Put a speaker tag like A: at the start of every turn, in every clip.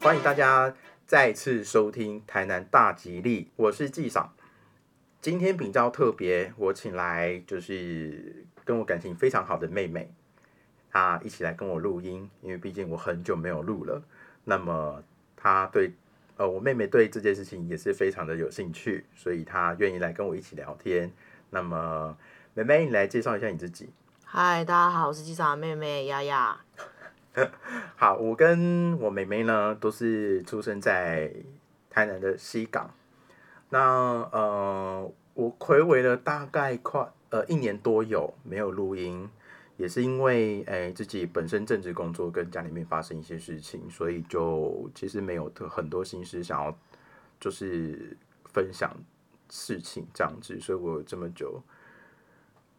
A: 欢迎大家再次收听台南大吉利，我是纪赏。今天比较特别，我请来就是跟我感情非常好的妹妹，她一起来跟我录音，因为毕竟我很久没有录了。那么她对呃我妹妹对这件事情也是非常的有兴趣，所以她愿意来跟我一起聊天。那么妹妹，你来介绍一下你自己。
B: 嗨，大家好，我是机长的妹妹丫丫。
A: 好，我跟我妹妹呢都是出生在台南的西港。那呃，我暌违了大概快呃一年多有没有录音，也是因为诶、自己本身正职工作跟家里面发生一些事情，所以就其实没有特很多心思想要就是分享事情这样子，所以我这么久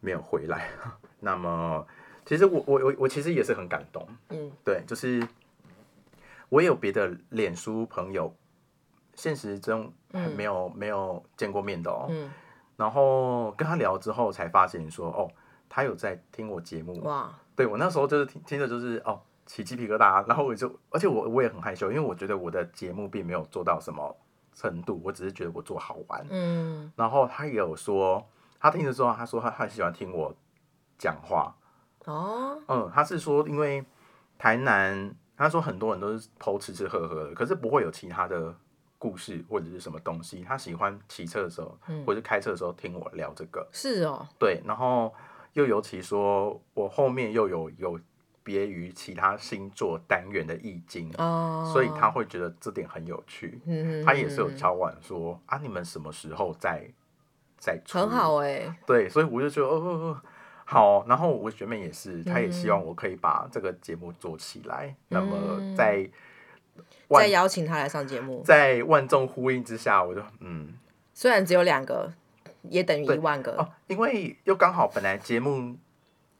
A: 没有回来。 那么其实我我我我其实也是很感动。
B: 嗯，
A: 对，就是我也有别的脸书朋友，现实中还没有、没有见过面的哦。
B: 嗯
A: 然后跟他聊之后，才发现说，哦，他有在听我节目。
B: 哇，
A: 对我那时候就是听听着就是哦起鸡皮疙瘩，然后我就而且我我也很害羞，因为我觉得我的节目并没有做到什么程度，我只是觉得我做好玩。
B: 嗯，
A: 然后他也有说，他听着之后，他说他他很喜欢听我讲话，
B: 哦，
A: 嗯，他是说，因为台南，他说很多人都是偷吃吃喝喝的，可是不会有其他的故事或者是什么东西。他喜欢骑车的时候，
B: 嗯
A: 或者是开车的时候听我聊这个，
B: 是哦，
A: 对。然后又尤其说我后面又有有别于其他星座单元的易经，
B: 哦，
A: 所以他，会觉得这点很有趣。
B: 嗯，
A: 他也是有
B: 嗯，
A: 敲碗说啊，你们什么时候再再出？
B: 很好哎，
A: 对，所以我就觉得哦哦哦，好。然后我学妹也是，她也希望我可以把这个节目做起来。那么
B: 嗯
A: 在万
B: 再邀请他来上节目，
A: 在万众呼应之下，我就嗯
B: 虽然只有两个，也等于
A: 对
B: 一万个，
A: 哦，因为又刚好本来节目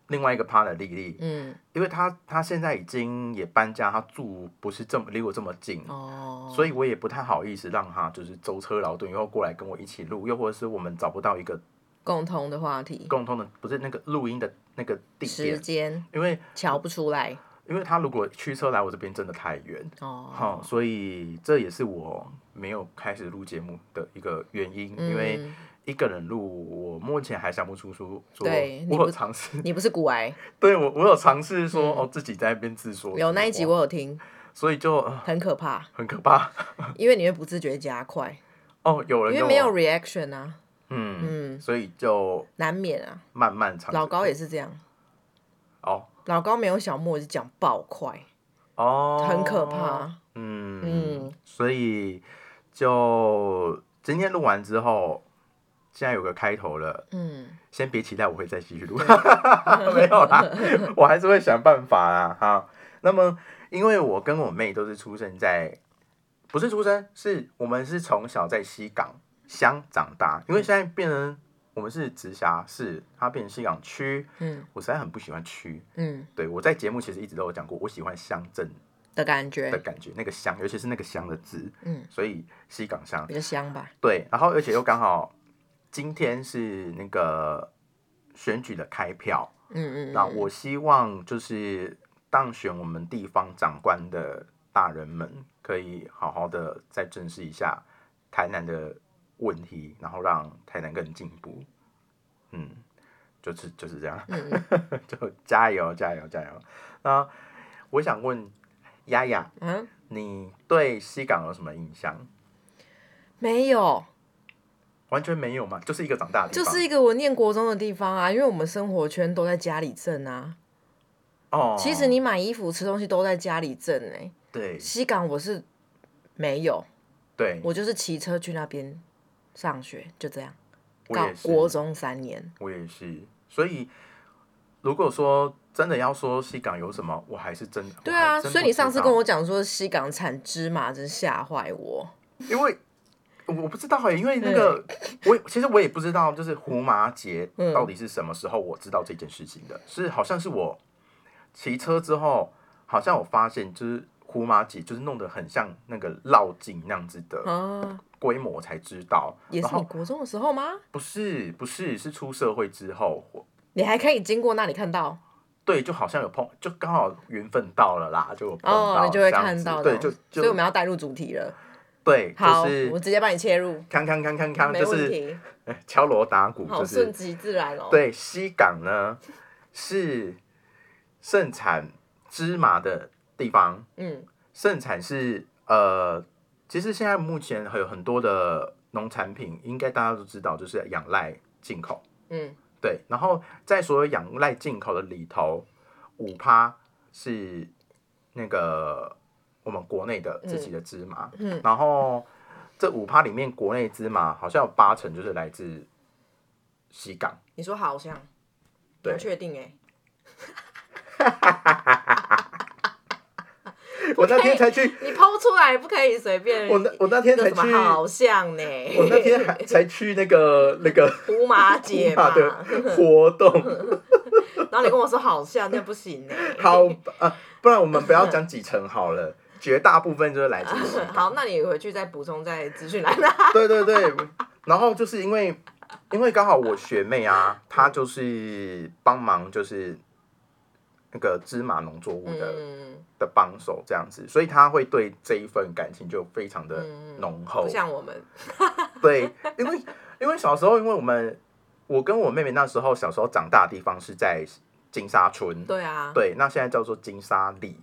A: 另外一个 partner 丽丽，
B: 嗯，
A: 因为她她现在已经也搬家，她住不是这么离我这么近。
B: 哦，
A: 所以我也不太好意思让她就是舟车劳顿，以后过来跟我一起录，又或者是我们找不到一个
B: 共同的话题，
A: 共同的，不是那个录音的那个地
B: 时
A: 点，
B: 间
A: 因为
B: 瞧不出来，
A: 因为他如果驱车来我这边真的太远，
B: 哦，
A: 好、所以这也是我没有开始录节目的一个原因，因为
B: 嗯，
A: 一个人录，我目前还想不出说，说
B: 对你
A: 我
B: 不
A: 有尝试，
B: 你不是古癌，
A: 对我我有尝试说、哦自己在那边自说自
B: 嗯有那一集
A: 话，
B: 我有听，
A: 所以就、呃
B: 很可怕，
A: 很可怕
B: 因为你会不自觉加快，
A: 哦，有人
B: 因为
A: 跟
B: 没有
A: 我
B: reaction 啊，
A: 嗯，
B: 嗯，
A: 所以就
B: 难免啊，
A: 慢慢尝试，
B: 老高也是这样。
A: 哦
B: 老高没有小莫就讲爆快，
A: 哦，
B: 很可，怕。
A: 嗯
B: 嗯
A: 所以就今天录完之后，现在有个开头了。
B: 嗯，
A: 先别期待我会再继续录， 没有啦，我还是会想办法啦。哈，那么因为我跟我妹都是出生在，不是出生，是我们是从小在西港乡长大，因为现在变成我们是直辖市，它变成西港区，
B: 嗯
A: 我实在很不喜欢区。
B: 嗯
A: 对我在节目其实一直都有讲过，我喜欢乡镇
B: 的感觉
A: 的，感觉，那个乡，尤其是那个乡的字，
B: 嗯，
A: 所以西港乡
B: 比较香吧。
A: 对，然后而且又刚好今天是那个选举的开票。
B: 嗯嗯
A: 那
B: 嗯，
A: 我希望就是当选我们地方长官的大人们，可以好好的再正视一下台南的问题，然后让台南更进步。嗯，就是就是这样，
B: 嗯
A: 就加油加油加油！那我想问丫丫，
B: 嗯，
A: 你对西港有什么印象？
B: 没有，
A: 完全没有嘛，就是一个长大的地
B: 就
A: 方，
B: 是一个我念国中的地方啊，因为我们生活圈都在家里镇啊。
A: 哦，
B: 其实你买衣服、吃东西都在家里镇哎、
A: 对
B: 西港我是没有，
A: 对，
B: 我就是骑车去那边上学，就这样。
A: 我
B: 到
A: 也是。
B: 国中三年，
A: 我也是，所以如果说真的要说西港有什么，我还是真的
B: 对啊，
A: 我还真不
B: 所以你上次跟我
A: 知
B: 讲说西港产芝麻，真吓坏我。
A: 道因为我我不知道哎、因为那个 我也其实我也不知道，就是胡麻节
B: 嗯
A: 到底是什么时候我知道这件事情的，是好像是我骑车之后，好像我发现就是胡麻节就是弄得很像那个绕境那样子的
B: 啊，
A: 规模，我才知道。
B: 也
A: 然
B: 是你
A: 后
B: 国中的时候吗？
A: 不是不是是出社会之后，我
B: 你还可以经过那里看到，
A: 对，就好像有碰，就刚好缘分到了啦，就有碰
B: 哦，
A: 到，
B: 你就
A: 这
B: 会
A: 样
B: 看
A: 子
B: 到的
A: 对，
B: 哦，
A: 就
B: 所以我
A: 就
B: 们要带入主题了。
A: 对，
B: 好，
A: 就是
B: 我直接帮你切入，
A: 康康康康康，
B: 没
A: 就
B: 问
A: 是
B: 题，
A: 敲锣打鼓，
B: 好
A: 就是
B: 顺其自然哦。，
A: 对，西港呢是盛产芝麻的地方，
B: 嗯，
A: 盛产是呃，其实现在目前还有很多的农产品，应该大家都知道，就是仰赖进口。
B: 嗯，
A: 对，然后在所有仰赖进口的里头，五趴是那个我们国内的自己的芝麻，
B: 嗯
A: 然后这五趴里面国内芝麻好像有八成就是来自西港。
B: 你说好像，
A: 对
B: 要确定哎，
A: 我那天才去，
B: 你剖出来不可以随便。
A: 我那我那天
B: 这
A: 才
B: 有什
A: 去，
B: 么好
A: 我
B: 像呢？
A: 那天还才去那个那个
B: 胡麻姐嘛，
A: 的活 动，
B: 然后你跟我说好像，那不行欸呢。
A: 好啊，不然我们不要讲几成好了，绝大部分就是来自西港。
B: 好，那你回去再补充在资讯栏。
A: 对对对，然后就是因为因为刚好我学妹啊，她就是帮忙就是那个芝麻农作物的、
B: 嗯，
A: 的帮手这样子，所以她会对这一份感情就非常的
B: 嗯
A: 浓厚
B: 不。像我们，
A: 对，因为因为小时候，因为我们我跟我妹妹那时候小时候长大的地方是在金沙村，
B: 对啊，
A: 对，那现在叫做金沙里，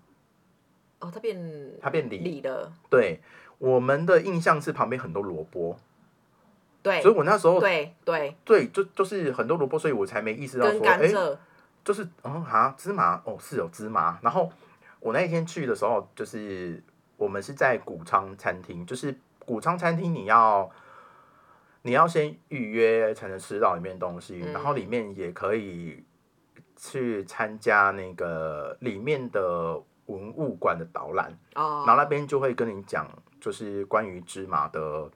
B: 哦，它变
A: 它变里。
B: 理了，
A: 对，我们的印象是旁边很多萝卜，
B: 对
A: 所以我那时候
B: 对对，
A: 对，就就是很多萝卜，所以我才没意识到
B: 跟
A: 说，
B: 甘
A: 哎、
B: 蔗，
A: 就是哦哈芝麻哦是有芝麻。然后我那一天去的时候，就是我们是在谷仓餐厅，就是谷仓餐厅你要你要先预约才能吃到里面东西，
B: 嗯
A: 然后里面也可以去参加那个里面的文物馆的导览，
B: 哦，
A: 然后那边就会跟你讲，就是关于芝麻的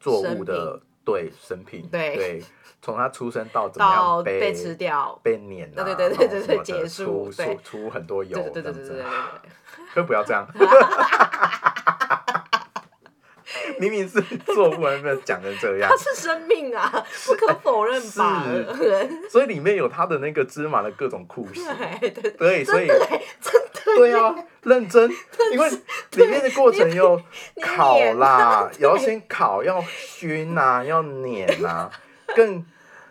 A: 作物
B: 生
A: 的对生平，
B: 对
A: 从它出生到怎么
B: 到
A: 样被
B: 被吃掉，
A: 被碾啊，
B: 对对对对对对结束
A: 出
B: 对
A: 出出很多油
B: 对对
A: 这
B: 对
A: 样
B: 对
A: 子
B: 对对 对，对，
A: 就不要 这样。明明是作物，还没有讲成这样
B: 它，是生命啊，不可否认吧？
A: 是，所以里面有它的那个芝麻的各种酷刑，
B: 对对对，
A: 对，所
B: 真
A: 以
B: 的哎，真的
A: 对啊，认真，因为里面的过程有
B: 你
A: 烤
B: 脸
A: 啦， 也要先烤，要熏啊，要碾啊，更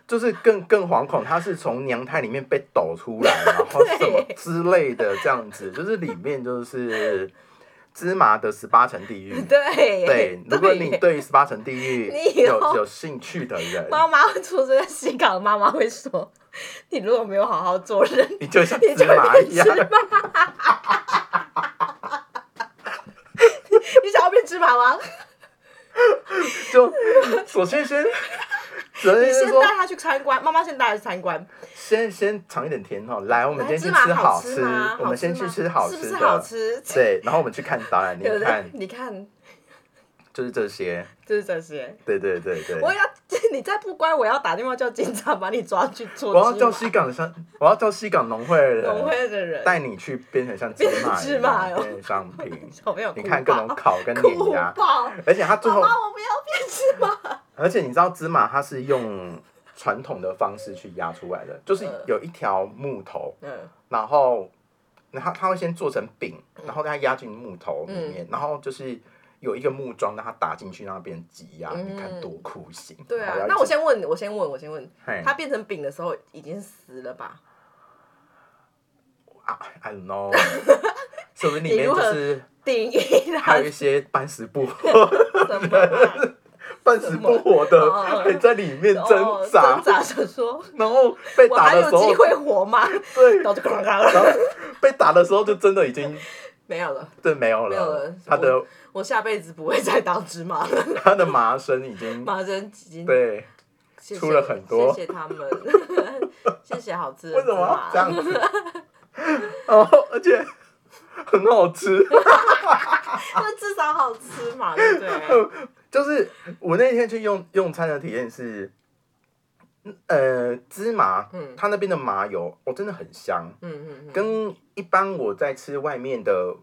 A: 就是更更惶恐，它是从娘胎里面被抖出来，然后什么
B: 对
A: 之类的这样子，就是里面就是芝麻的十八层地狱。
B: 对
A: 对，如果你
B: 耶
A: 对十八层地狱
B: 你以
A: 有
B: 后
A: 有兴趣的人，
B: 妈妈会出生在西港，妈妈会说，你如果没有好好做人，
A: 你就像
B: 你
A: 芝
B: 就
A: 麻
B: 变
A: 一样
B: 芝，麻。你想要变芝麻王？
A: 就首先先，首
B: 你
A: 先是
B: 先
A: 说
B: 带他去参观，妈妈先带他去参观。
A: 先先尝一点甜哈，来，我们今天
B: 芝
A: 去
B: 麻
A: 吃
B: 好
A: 吃，
B: 吗？
A: 我们先去吃好
B: 是不
A: 吃
B: 是好
A: 的，
B: 吃？
A: 对，然后我们去看导览，你
B: 对不对
A: 看？
B: 你看，
A: 就是这些，
B: 就是这些。
A: 对对对对。
B: 我要 你再不乖，我要打电话叫警察把你抓去做
A: 我要
B: 芝
A: 叫
B: 麻
A: 西港的像，我要叫西港农会的人，
B: 农会的人，
A: 带你去变成像芝
B: 变成
A: 麻
B: 芝麻
A: 一
B: 哦
A: 样变成商 品，
B: 小朋友
A: 你
B: 哭
A: 看各种
B: 爆
A: 烤跟 碾
B: 哭
A: 压，
B: 爆。
A: 而且它最
B: 妈
A: 后，
B: 妈，我不要变芝麻。
A: 而且你知道芝麻它是用传统的方式去压出来的，就是
B: 嗯
A: 有一条木头，
B: 嗯
A: 然后，然后它会先做成饼，然后再压进木头里
B: 嗯
A: 面，然后就是有一个木桩让它打进去，让它变成挤压，
B: 嗯
A: 你看多酷刑。
B: 对
A: 然后
B: 啊
A: 要，一
B: 那我
A: 直，
B: 先问，我先问，我先问，
A: 嘿
B: 它变成饼的时候已经死了吧？
A: 啊，I don't know，说不定里
B: 你
A: 面
B: 如
A: 就
B: 何
A: 是
B: 定义
A: 还
B: 它
A: 有一些半死不
B: 什么啊？
A: 半死不活的
B: 哦
A: 会在里面
B: 哦
A: 挣扎
B: 挣，扎着说，
A: 然后 被
B: 我
A: 打
B: 还
A: 的
B: 有
A: 时候
B: 机，会活吗？
A: 对
B: 然，后就哐哐
A: 然
B: 了，
A: 后被打的时候就真的已经
B: 没有了，
A: 对没有
B: 没有了
A: 了，他的
B: 我下辈子不会再当芝麻了。
A: 他的麻绳已经
B: 麻真已经
A: 嗯对。
B: 谢谢
A: 出了很多
B: 谢谢他们，谢谢好吃 的
A: 为什
B: 芝
A: 么要
B: 麻
A: 这样子？ 然后而且很好吃，
B: 那至少好吃嘛，对不 嗯对？
A: 就是我那天去用用餐的体验是，呃，芝麻，
B: 嗯
A: 它那边的麻油哦，真的很香，
B: 嗯嗯嗯，
A: 跟一般我在吃外面的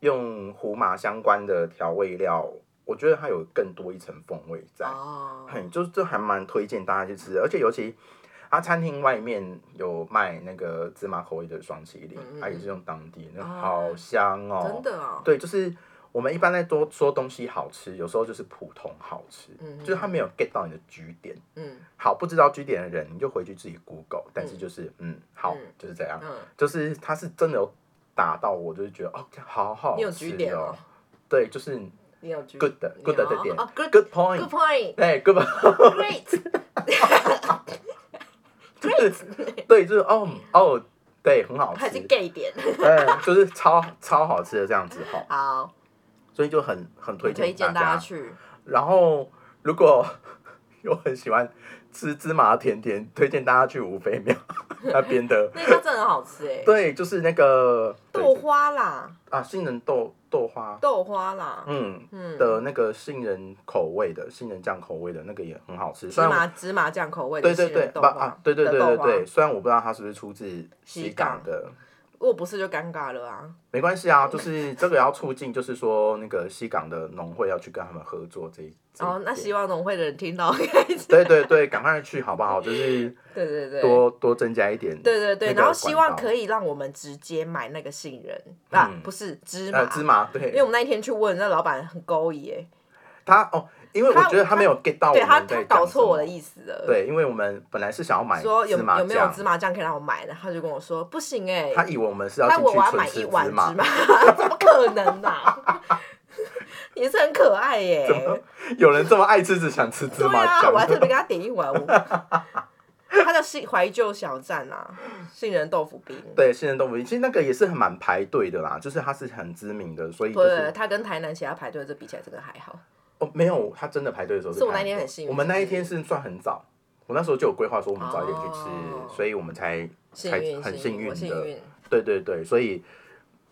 A: 用胡麻相关的调味料，我觉得它有更多一层风味在，
B: 哦，
A: 很就是这还蛮推荐大家去吃的，而且尤其啊，餐厅外面有卖那个芝麻口味的双麒麟，
B: 嗯嗯
A: 它、也是用当地，那
B: 哦
A: 好香哦、
B: 真的啊、
A: 对，就是我们一般在多说东西好吃，有时候就是普通好吃，
B: 嗯
A: 就是它没有 get 到你的据点。
B: 嗯
A: 好，不知道据点的人，你就回去自己 Google。但是就是，嗯，好
B: 嗯，
A: 就是这样，
B: 嗯，
A: 就是它是真的有打到我，就是觉得哦，好好
B: 你有
A: 吃
B: 据点
A: 哦
B: 哦。
A: 对，就是
B: 你有举
A: good 的 good 的点
B: 哦哦，good
A: ，good point，
B: good point
A: 对，good point，
B: great
A: 对，就是哦哦，对，很好
B: 还
A: 吃，
B: 是 gay 点，
A: 对，就是超超好吃的这样子哈，
B: 好，
A: 所以就很很推
B: 我推荐
A: 荐大
B: 大家
A: 家。
B: 去，
A: 然后如果有很喜欢吃芝麻甜点，推荐大家去五妃庙 那边的，
B: 那家真的很好吃哎，
A: 对，就是那个
B: 豆
A: 对
B: 花啦，
A: 啊，杏仁豆豆花，
B: 豆花啦，
A: 嗯。
B: 嗯，
A: 的那个杏仁口味的杏仁酱口味的那个也很好吃，
B: 芝
A: 虽然我
B: 麻芝麻酱口味的
A: 对对
B: 杏仁
A: 对
B: 豆
A: 不
B: 花
A: 啊对对
B: 的
A: 对
B: 豆
A: 对
B: 花
A: 对，虽然我不知道它是不是出自西港的，
B: 如果不是就尴尬了啊，
A: 没关系啊，就是这个要促进，就是说那个西港的农会要去跟他们合作这一。这一
B: 哦，那
A: 点
B: 希望农会的人听到，对
A: 对对对，赶快去好不好？就是
B: 对对，
A: 多多增加一点，
B: 对对对，
A: 那个
B: 然后希望
A: 管道
B: 可以让我们直接买那个杏仁啊，
A: 嗯
B: 不是芝麻
A: 呃，芝麻对
B: 因为我，们那一天去问那老板很勾引哎，
A: 他哦，因为我
B: 他
A: 觉得他没有 get 到我
B: 对他
A: 们
B: 他
A: 在
B: 搞
A: 讲什
B: 错我的
A: 么。
B: 意思了，，
A: 对，因为我们本来是想要买
B: 说有
A: 芝麻
B: 有没有
A: 酱
B: 芝，麻酱可以让我买的，他就跟我说不行哎，
A: 他以为我们是要
B: 他
A: 进
B: 问
A: 去
B: 我要
A: 纯
B: 买
A: 吃
B: 一碗芝
A: 麻，
B: 麻，怎么可能啊？ 也是很可爱耶、
A: 怎么有人这么爱吃只想吃芝
B: 对
A: 麻
B: 啊，
A: 酱？
B: 我还特别给他点一碗。我 他的杏怀旧小站啊，杏仁豆腐冰。
A: 对，杏仁豆腐其实那个也是很蛮排队的啦，就是它是很知名的，所以就
B: 对对，
A: 是
B: 他跟台南其他排队这比起来，真的还好。
A: 哦没有，它真的排队的时候
B: 是我
A: 排
B: 那天
A: 队
B: 很幸运
A: 我们那一
B: 就是
A: 天是算很早，我那时候就有规划说我们早一点去吃，
B: 哦
A: 所以我们才
B: 幸
A: 才
B: 运，
A: 很
B: 幸
A: 幸运
B: 我
A: 的，
B: 幸运。
A: 对对对，所以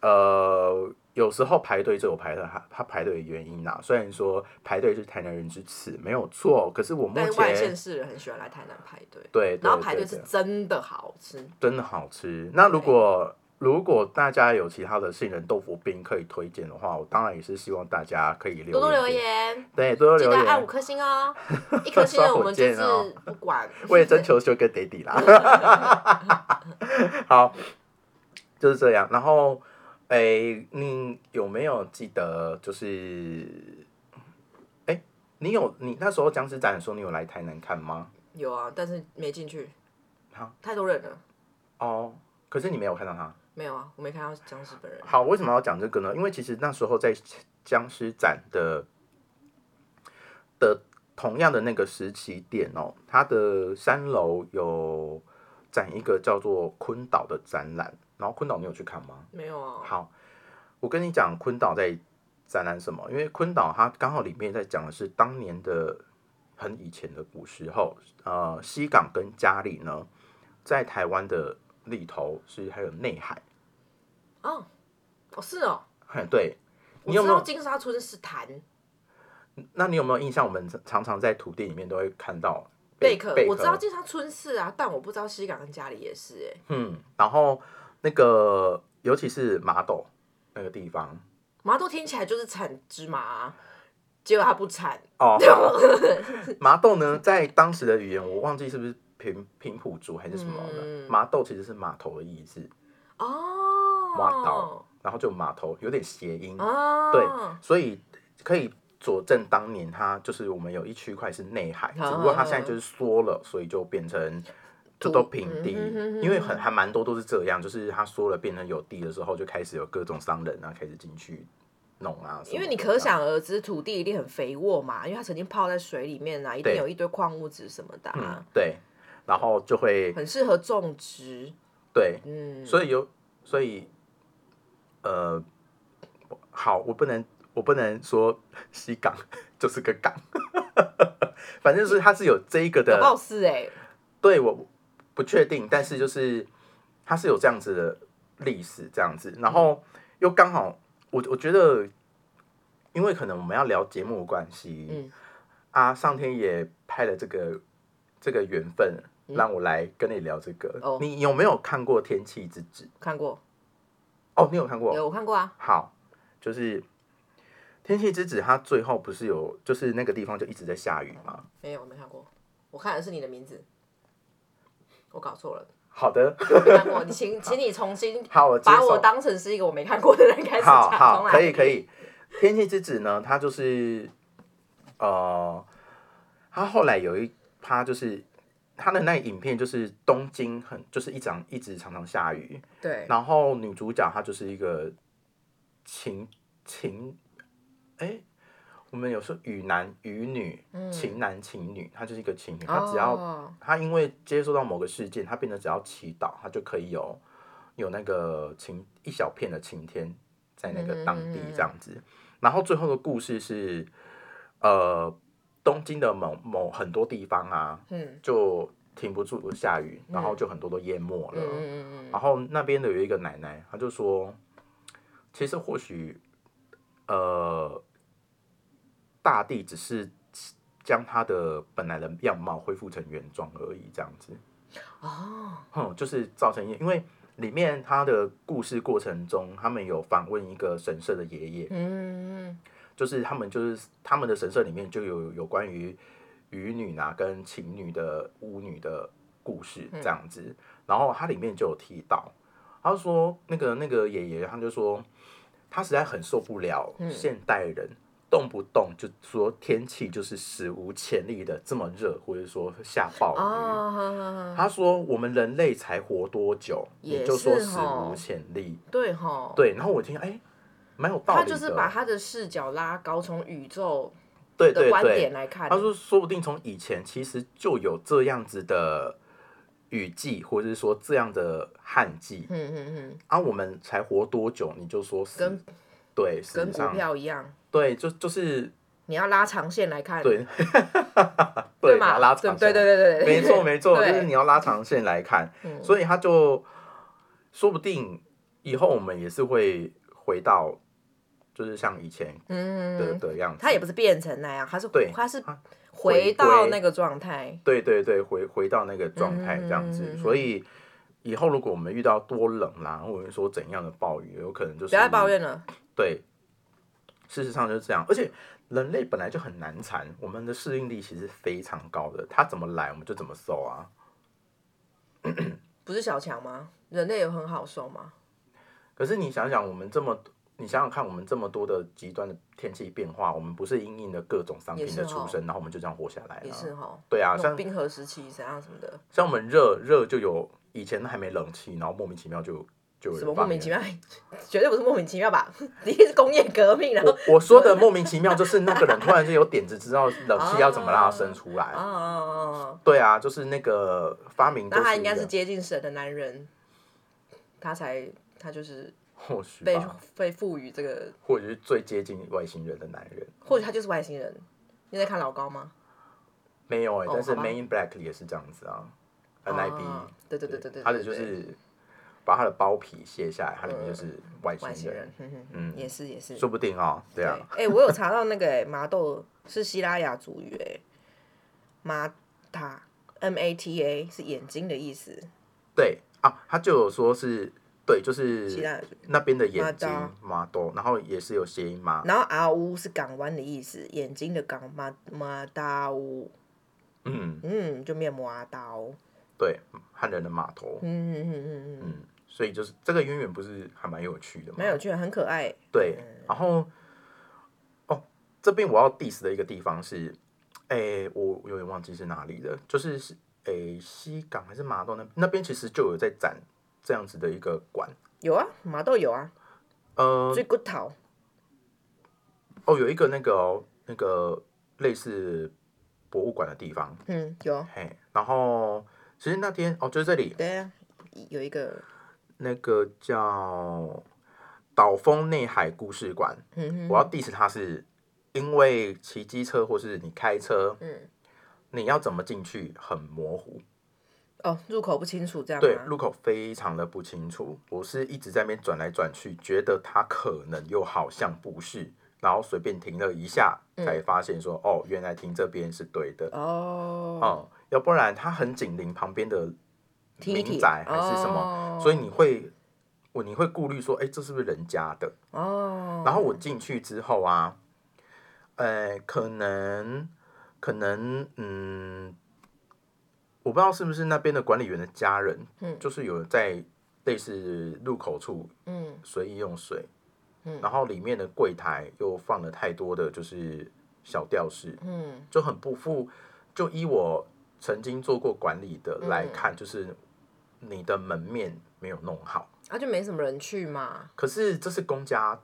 A: 呃，有时候排队就有排队，他他排队的原因啦。虽然说排队是台南人之耻，没有错，可是我目
B: 但是外县
A: 前
B: 市人很喜欢来台南排队，
A: 对，对
B: 然后排
A: 对
B: 队是
A: 对
B: 真的好吃。
A: 真的好吃。那如果如果大家有其他的杏仁豆腐冰可以推荐的话，我当然也是希望大家可以留言
B: 多多留，言，
A: 对，多多
B: 记
A: 留
B: 得按五
A: 言。
B: 颗星 哦。一颗星的我们就
A: 刷火哦
B: 是不管。
A: 为了征求修哥爹地啦， 好，就是这样。然后，诶、你有没有记得？就是，诶、你有你那时候僵尸展的时候，你有来台南看吗？
B: 有啊，但是没进去
A: 好，
B: 太多人了。
A: 哦，可是你没有看到他。
B: 没有啊，我没看到僵尸本人。
A: 好，为什么要讲这个呢？因为其实那时候在僵尸展的的同样的那个时期点哦，它的三楼有展一个叫做昆岛的展览，然后昆岛你有去看吗？
B: 没有啊，
A: 好，我跟你讲昆岛在展览什么，因为昆岛它刚好里面在讲的是当年的很以前的古时候，呃，西港跟嘉里呢，在台湾的里头是还有内海，
B: 哦是哦，
A: 嘿对。
B: 我
A: 你有
B: 知
A: 没有
B: 道金沙村是潭，
A: 那你有没有印象？我们常常在土地里面都会看到
B: 贝壳
A: 贝，壳，
B: 我知道金沙村是啊，但我不知道西港跟家里也是哎。
A: 嗯，然后那个尤其是麻豆那个地方
B: 麻豆听起来就是产芝麻啊，结果它不产，
A: 哦， 麻豆呢，在当时的语言我忘记是不是平平埔族还是什么的，
B: 嗯
A: 麻豆其实是码头的意思，
B: 哦，
A: 挖到然后就码头有点谐音，
B: 哦，
A: 对，所以可以佐证当年它就是我们有一区块是内海，
B: 啊
A: 只不过它现在就是缩了，所以就变成就都平地
B: 嗯哼哼，哼
A: 因为很还蛮多都是这样，就是它缩了变成有地的时候，就开始有各种商人啊开始进去弄啊什么的，
B: 因为你可想而知，土地一定很肥沃嘛，因为它曾经泡在水里面啊，一定
A: 对
B: 有一堆矿物质什么的、
A: 嗯
B: 啊，
A: 对，然后就会
B: 很适合种植。
A: 对，
B: 嗯，
A: 所以有所以呃，好，我不能我不能说西港 就是个港，反正就是它是有这一个的
B: 搞不好是哎、
A: 对，我不确定，但是就是它是有这样子的历史，这样子，然后又刚好，我我觉得，因为可能我们要聊节目的关系，
B: 嗯
A: 啊，上天也派了这个这个缘分，
B: 嗯
A: 让我来跟你聊这个。
B: 哦
A: 你有没有看过《天气之子》？
B: 看过，
A: 哦，你有看过？
B: 有我看过啊，
A: 好，就是《天气之子》，它最后不是有，就是那个地方就一直在下雨吗？
B: 没有我没看过，我看的是你的名字，我搞 错了，
A: 好的，
B: 没看过。你请，请你重新
A: 好，我接
B: 把我
A: 受。
B: 当成是一个啊我没看过的人开始
A: 好
B: 讲，
A: 好，
B: 重来
A: 可以可以。天气之子呢，它就是呃，它后来有一趴就是它的那个影片就是东京很就是一长一直常常下雨，
C: 对，
A: 然后女主角她就是一个情情哎。我们有说雨男、雨女、情男、情女，她就是一个情女，她只要
C: 哦
A: 他因为接受到某个事件，他变得只要祈祷，他就可以有有那个晴一小片的晴天在那个当地这样子。然后最后的故事是，呃，东京的某某很多地方啊，
B: 嗯
A: 就停不住下雨，然后就很多都淹没了。
B: 嗯嗯嗯嗯，
A: 然后那边的有一个奶奶，她就说，其实或许，呃，大地只是将它的本来的样貌恢复成原状而已，这样子。
B: 哦，
A: 哼，就是造成一，因为里面他的故事过程中，他们有访问一个神社的爷爷，
B: 嗯，
A: 就是他们就是他们的神社里面就有有关于渔女啊跟情女的巫女的故事
B: 嗯
A: 这样子，然后它里面就有提到，他说那个那个爷爷他就说他实在很受不了
B: 嗯
A: 现代人。动不动就说天气就是史无前例的这么热，或者说下
B: 嗯
A: 暴雨，
C: 哦，好好好
A: 他说：“我们人类才活多久？
B: 也
A: 你就说
B: 是
A: 史
B: 吼
A: 无前例。
B: 对哈”，
A: 对，然后我听，哎、蛮有道理
B: 他
A: 的。
B: 就是把他的视角拉高，从宇宙
A: 对
B: 的
A: 对
B: 观点
A: 对，
B: 来看，
A: 他说，说不定从以前其实就有这样子的雨季，或者是说这样的旱季
B: 嗯嗯嗯，
A: 啊，我们才活多久？你就说史
B: 跟
A: 对史
B: 跟股
A: 上
B: 票一样，
A: 对，就就是
B: 你要拉长线来看，
A: 对
B: 对
A: 你要
B: 嘛，
A: 拉
B: 对
A: 长线
B: 对对对对，
A: 没错没错，
B: 对嗯
A: 就是你要拉长线来看，所以他就说不定以后我们也是会回到，就是像以前的
B: 嗯，
A: 的样子。
B: 他也不是变成那样，他是
A: 对
B: 他是
A: 他
B: 回
A: 回
B: 到
A: 归
B: 那个状态，
A: 对对对，回回到那个状态这样子，
B: 嗯
A: 所以。以后如果我们遇到多冷啦、或者说怎样的暴雨，有可能就是
B: 不要再抱怨了，
A: 对，事实上就是这样。而且人类本来就很难缠，我们的适应力其实非常高的，它怎么来我们就怎么受啊。
B: 不是小强吗？人类有很好受吗？
A: 可是你想想，我们这么，你想想看，我们这么多的极端的天气变化，我们不是因应的各种商品
B: 也
A: 的
B: 是哦
A: 出生，然后我们就这样活下来
B: 也是
A: 了。
B: 哈，
A: 对啊，
B: 那种
A: 像
B: 冰河时期怎样什么的，
A: 像我们热热就有以前还没冷气，然后莫名其妙就就有
B: 什
A: 人
B: 么莫
A: 发
B: 名
A: 明
B: 其妙，绝对不是莫名其妙吧？ 一定是工业革命，然后
A: 我我说的莫名其妙，就是那个人突然间有点子，知道冷气要怎么让它生出
B: 啊
A: 来。
B: 啊啊啊啊，
A: 对啊，就是那个发明就
B: 那
A: 是一个，
B: 他应该是接近神的男人，他才他就是
A: 或许
B: 被
A: 吧，
B: 被赋予这个，
A: 或者是最接近外星人的男人。
B: 或许他就是外星人。你在看老高吗
A: 没有哎、
B: 哦
A: 但是
B: 好吧
A: Man in Black 也是这样子啊，NIB、
B: 啊对对对对对，
A: 他的就
B: 对对呃
A: 是把他的包皮卸下来，它里面就是外
B: 外
A: 星
B: 星
A: 人
B: 人，，哼哼
A: 嗯
B: 也是也是。
A: 说不定哦，对啊，
B: 哎、我有查到那个、哎，麻豆是希拉雅族语、哎，马塔 M A T A 是眼睛的意思，
A: 对啊，他就有说是对，就
B: 希
A: 是
B: 腊族。
A: 那边的眼睛
B: 麻
A: 麻多，然后也是有谐音麻，
B: 然后阿乌是港湾的意思，眼睛的港马马达乌，
A: 嗯，
B: 嗯，就面膜阿刀，
A: 对，汉人的码头，
B: 嗯嗯嗯嗯嗯，
A: 嗯，所以就是这个渊源不是还蛮有趣的吗？
B: 蛮有趣的，很可爱。
A: 对，然后哦，这边我要 diss 的一个地方是，诶，我有点忘记是哪里了，就是是诶西港还是麻豆那那边其实就有在展这样子的一个馆，
B: 有啊，麻豆有啊，
A: 呃，
B: 最骨头，
A: 哦，有一个那个哦，那个类似博物馆的地方，
B: 嗯，有，
A: 嘿，然后其实那天哦，就是这里
B: 对啊，有一个，
A: 那个叫岛峰内海故事馆，
B: 嗯
A: 我要 diss 它是因为骑机车或是你开车，
B: 嗯，
A: 你要怎么进去很模糊，
B: 哦，入口不清楚这样
A: 对，
B: 吗？
A: 入口非常的不清楚。我是一直在那边转来转去，觉得它可能又好像不是，然后随便停了一下，
B: 嗯
A: 才发现说、哦，原来停这边是对的。
B: 哦，
A: 哦、要不然它很紧邻旁边的
B: 听一听
A: 民宅还是什么，
B: 哦
A: 所以你会我你会顾虑说，哎、这是不是人家的？
B: 哦，
A: 然后我进去之后啊，呃，可能可能嗯，我我不知道是不是那边的管理员的家人，
B: 嗯
A: 就是有在类似入口处
B: 嗯
A: 随意用水，
B: 嗯
A: 然后里面的柜台又放了太多的就是小吊饰，
B: 嗯
A: 就很不符。就以我曾经做过管理
B: 嗯
A: 的来看，就是你的门面没有弄好。
C: 啊，就没什么人去嘛。
A: 可是这是公家，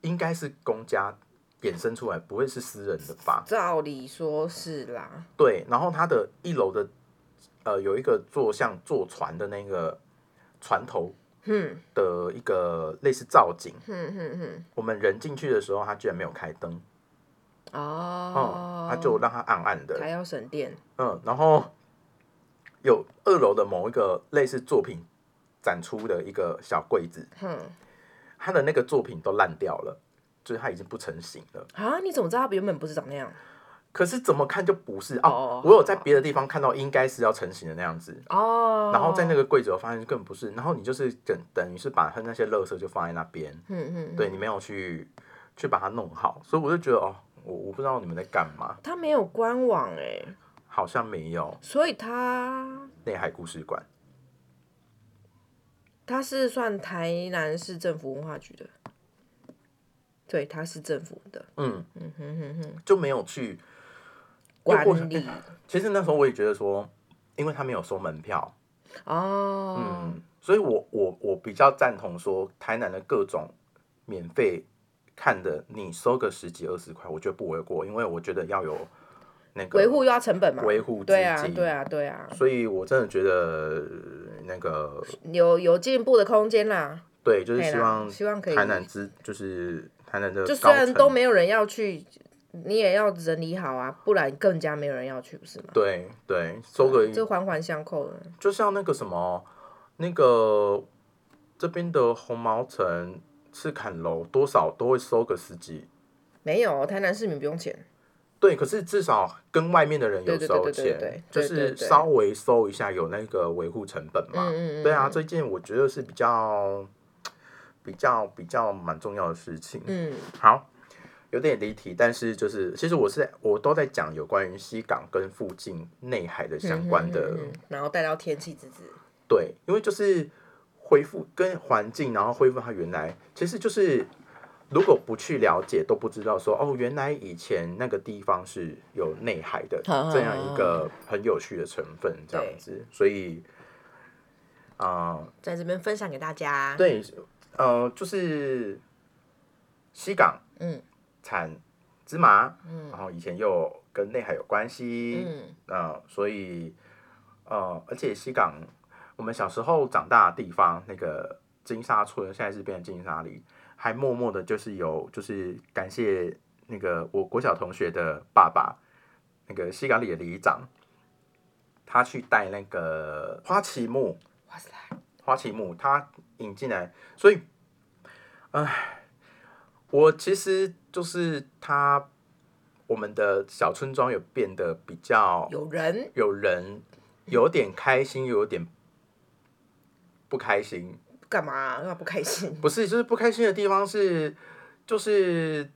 A: 应该是公家衍生出来，不会是私人的吧？
B: 照理说是啦，
A: 对，然后它的一楼的呃有一个做像坐船的那个船头
B: 哼
A: 的一个类似造景，
B: 哼哼哼，
A: 我们人进去的时候，它居然没有开灯，
B: 哦
A: 嗯，，它就让它暗暗
B: 还
A: 的，
B: 要省电，
A: 嗯，然后有二楼的某一个类似作品展出的一个小柜子，
B: 哼
A: 它的那个作品都烂掉了，就是它已经不成形了。
B: 啊，你怎么知道它原本不是长那样？
A: 可是怎么看就不是哦
B: 哦，
A: 我有在别的地方看到应该是要成型的那样子，
B: 哦，
A: 然后在那
B: 个，
A: 个柜子我发现根本不是，然后你就是等等于是把它那些垃圾就放在那边，
B: 嗯嗯，
A: 对你没有去去把它弄好，所以我就觉得哦，我我不知道你们在干嘛，
B: 它没有官网哎、
A: 好像没有
B: 所以它
A: 内海故事馆，
B: 它是算台南市政府文化局的，对，它是政府的，
A: 嗯，
B: 嗯哼哼哼，
A: 就没有去。
B: 管
A: 过程哎
B: 理
A: 其实那时候我也觉得说，因为他没有收门票，
B: 哦，
A: 嗯，所以我我我比较赞同说台南的各种免费看的，你收个十几二十块，我觉得不为过，因为我觉得要有那个
B: 维护又要成本嘛，
A: 维护
B: 对啊
A: 资，金
B: 对啊，对啊，
A: 所以我真的觉得那个
B: 有有进步的空间啦。
A: 对，就是
B: 对啦
A: 希望
B: 希望可以
A: 台南之就是台南的
B: 就
A: 呃高
B: 虽然
A: 层
B: 都没有人要去，你也要整理好啊，不然更加没有人要去，不是吗？
A: 对对收个
B: 这环环相扣的。
A: 就像那个什么那个这边的红毛城赤坎楼多少都会收个十几。
B: 没有，哦台南市民不用钱。
A: 对，可是至少跟外面的人有
B: 对对
A: 收
B: 对对对
A: 钱，就
B: 对对对
A: 是
B: 对
A: 稍微收一下有那个维护成本嘛。
B: 嗯嗯嗯
A: 对啊，这件我觉得是比较比较比较蛮重要的事情。
B: 嗯，
A: 好，有点离题，但是就是其实我是我都在讲有关于西港跟附近内海的相关的，
B: 嗯嗯嗯嗯然后带到天气之子。
A: 对，因为就是恢复跟环境，然后恢复它原来，其实就是如果不去了解，都不知道说哦，原来以前那个地方是有内海的这样一个很有趣的成分，这样子，所以啊、呃
B: 在这边分享给大家。，
A: 对，呃，就是西港，
B: 嗯，
A: 产芝麻，嗯，然后以前又跟内海有关系，
B: 嗯，
A: 呃，所以呃，而且西港，我们小时候长大的地方，那个金沙村，现在是变成金沙里，还默默的，就是有，就是感谢那个我国小同学的爸爸，那个西港里的里长，他去带那个花旗木，
B: 哇塞，
A: 花旗木他引进来，所以，唉，我其实就是他，我们的小村庄有变得比较
B: 有人
A: 有人，有点开心，又有点不开心。
B: 干嘛？干嘛不开 心？
A: 不是，就是不开心的地方是，就是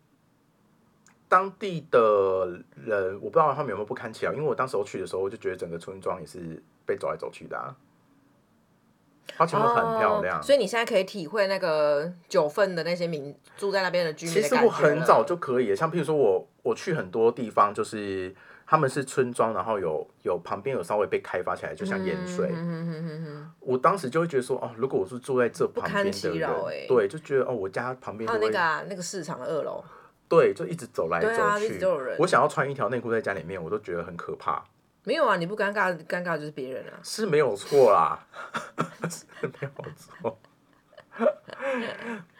A: 当地的人，我不知道他们有没有不堪其扰，因为我当时候去的时候，我就觉得整个村庄也是被走来走去的、啊。花旗木很漂亮，
B: 哦所以你现在可以体会那个九份的那些民住在那边的居民
A: 其
B: 的
A: 实
B: 感觉
A: 我很早
B: 了
A: 就可以了，像譬如说我我去很多地方，就是他们是村庄，然后有有旁边有稍微被开发起来，就像盐水。
B: 嗯嗯嗯嗯嗯
A: 我当时就会觉得说，哦，如果我是住在这旁
B: 堪
A: 边
B: 其
A: 的人，
B: 扰欸
A: 对，就觉得哦，我家旁边
B: 还
A: 就
B: 有
A: 会、
B: 那个啊，那个市场的二楼，
A: 对，就一直走来走
B: 对啊一
A: 去。
B: 直都有人
A: 我想要穿一条内裤在家里面，我都觉得很可怕，
B: 没有啊，你不尴尬，尴尬就是别人啊。
A: 是没有错 啦，是没有错。